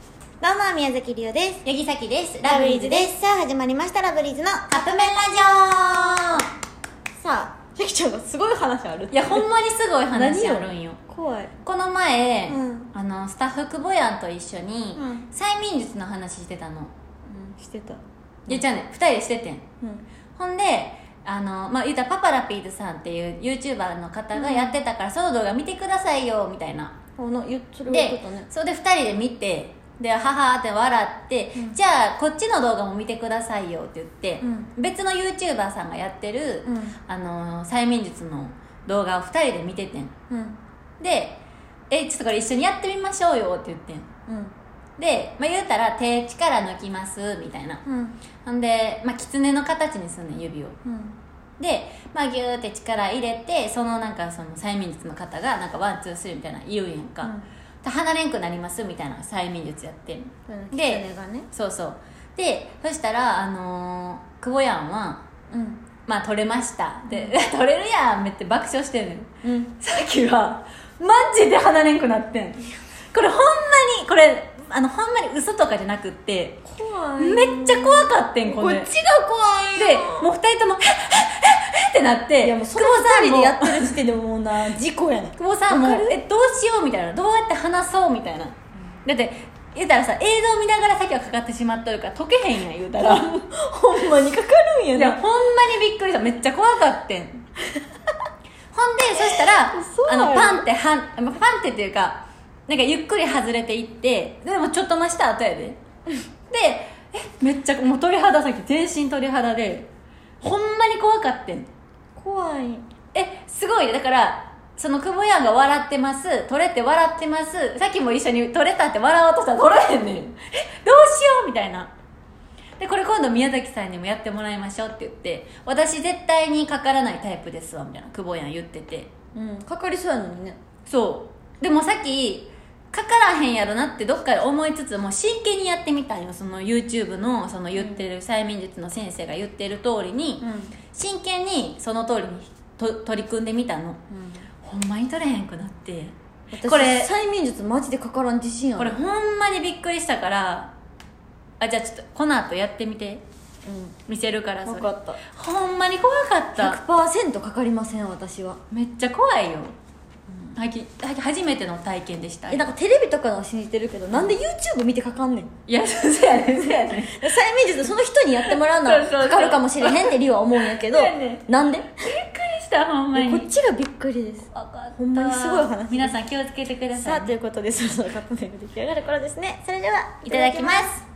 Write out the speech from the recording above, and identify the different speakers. Speaker 1: どうも、宮崎りおです。
Speaker 2: ヤギサキです。
Speaker 1: ラブリーズです。さあ、始まりました、ラブリーズの。
Speaker 2: カップ麺ラジ
Speaker 1: さあ、ゆきちゃんがすごい話ある
Speaker 2: オいや、ほんまにすごい話
Speaker 1: 何を
Speaker 2: あるんよ。
Speaker 1: 怖い。
Speaker 2: この前、
Speaker 1: うん
Speaker 2: あの、スタッフ久保やんと一緒に、
Speaker 1: うん
Speaker 2: 催眠術の話してたの。
Speaker 1: してた。
Speaker 2: 言っちゃうね、二人でしててん。
Speaker 1: うん。
Speaker 2: ほんで、あの、まあ、言うたらパパラピーズさんっていう YouTuber の方がやってたから、その動画見てくださいよ、みたいな。
Speaker 1: あの、ゆ、それ
Speaker 2: で、それで2人で見てでははーって笑って、
Speaker 1: うん
Speaker 2: じゃあこっちの動画も見てくださいよって言って、
Speaker 1: うん
Speaker 2: 別の YouTuber さんがやってる、
Speaker 1: うん
Speaker 2: あのー催眠術の動画を2人で見ててん
Speaker 1: うん。
Speaker 2: で「えちょっとこれ一緒にやってみましょうよ」って言ってん
Speaker 1: うん。
Speaker 2: で、まあ、言うたら手力抜きますみたいな
Speaker 1: うん。
Speaker 2: ほんで、まあ、狐の形にすんねん指を
Speaker 1: うん。
Speaker 2: で、まあ、ギューって力入れてそのなんかその催眠術の方がなんかワンツースリーみたいな言うやんか、
Speaker 1: うん
Speaker 2: で離れんくなりますみたいな催眠術やってんの
Speaker 1: うん。
Speaker 2: で
Speaker 1: 狐がね。
Speaker 2: そうそうでそしたらあのー、久保やんは
Speaker 1: うん。
Speaker 2: 「まあ取れました」で「 取れるやん」めって爆笑してんのよ
Speaker 1: うん。
Speaker 2: さっきはマジで離れんくなってんこれほんまにこれあのほんまに嘘とかじゃなくって
Speaker 1: 怖い。
Speaker 2: めっちゃ怖かってんこ
Speaker 1: こ
Speaker 2: れ
Speaker 1: っ
Speaker 2: で
Speaker 1: ちが怖いよ。
Speaker 2: もう二人とも ってなって
Speaker 1: いやもうそ
Speaker 2: 久
Speaker 1: の
Speaker 2: 保さん
Speaker 1: 二人
Speaker 2: も
Speaker 1: でやってる時点でもうな、事故やねん。
Speaker 2: 久保さんも
Speaker 1: わかる
Speaker 2: えどうしようみたいなどうやって話そうみたいな、だって言うたらさ映像見ながら先はかかってしまっとるから解けへんやん言うたらい
Speaker 1: ほんまにかかるんや
Speaker 2: や
Speaker 1: な。
Speaker 2: ほんまにびっくりしためっちゃ怖かっ てんほんでそしたら
Speaker 1: 嘘
Speaker 2: あ
Speaker 1: やろ
Speaker 2: のパンってはんあのパンってっていうかなんかゆっくり外れていってでもちょっと増した後やで でえめっちゃもう鳥肌先全身鳥肌でほんまに怖かってん
Speaker 1: 怖い。
Speaker 2: えすごいねだからその久保やんが笑ってます取れって笑ってますさっきも一緒に取れたって笑おうとしたら取れへんねんえどうしようみたいなでこれ今度宮崎さんにもやってもらいましょうって言って私絶対にかからないタイプですわみたいな久保やん言ってて
Speaker 1: うん。かかりそうやのにね。
Speaker 2: そうでもさっきかからへんやろなってどっかで思いつつもう真剣にやってみたんよその YouTube のその言ってる催眠術の先生が言ってる通りに、
Speaker 1: う
Speaker 2: 真剣にその通りにと取り組んでみたの
Speaker 1: ん。うん。
Speaker 2: ほんまに取れへんくなって
Speaker 1: 私
Speaker 2: これ
Speaker 1: 催眠術マジでかからん自信ある
Speaker 2: これほんまにびっくりしたからあじゃあちょっとこの後やってみて
Speaker 1: う
Speaker 2: 見せるから
Speaker 1: ん
Speaker 2: そ
Speaker 1: 分
Speaker 2: れ
Speaker 1: かった
Speaker 2: ほんまに怖かった
Speaker 1: 100%かかりません私は
Speaker 2: めっちゃ怖いよ、はきはき初めての体験でした
Speaker 1: えなんかテレビとかのは信じてるけどなんで YouTube 見てかかんねん
Speaker 2: いやそうやねんそうやねん
Speaker 1: 催眠術その人にやってもらうなら
Speaker 2: そうそうそう
Speaker 1: かかるかもしれへんってリオは思うんやけど
Speaker 2: そうやね
Speaker 1: なんでこ
Speaker 2: したほんまに
Speaker 1: っちがびっくりです
Speaker 2: 怖かった
Speaker 1: ほんまにすごい話
Speaker 2: 皆さん気をつけてください
Speaker 1: さあということでそろそろカップ麺が出来上がる頃ですねそれではい
Speaker 2: ただきます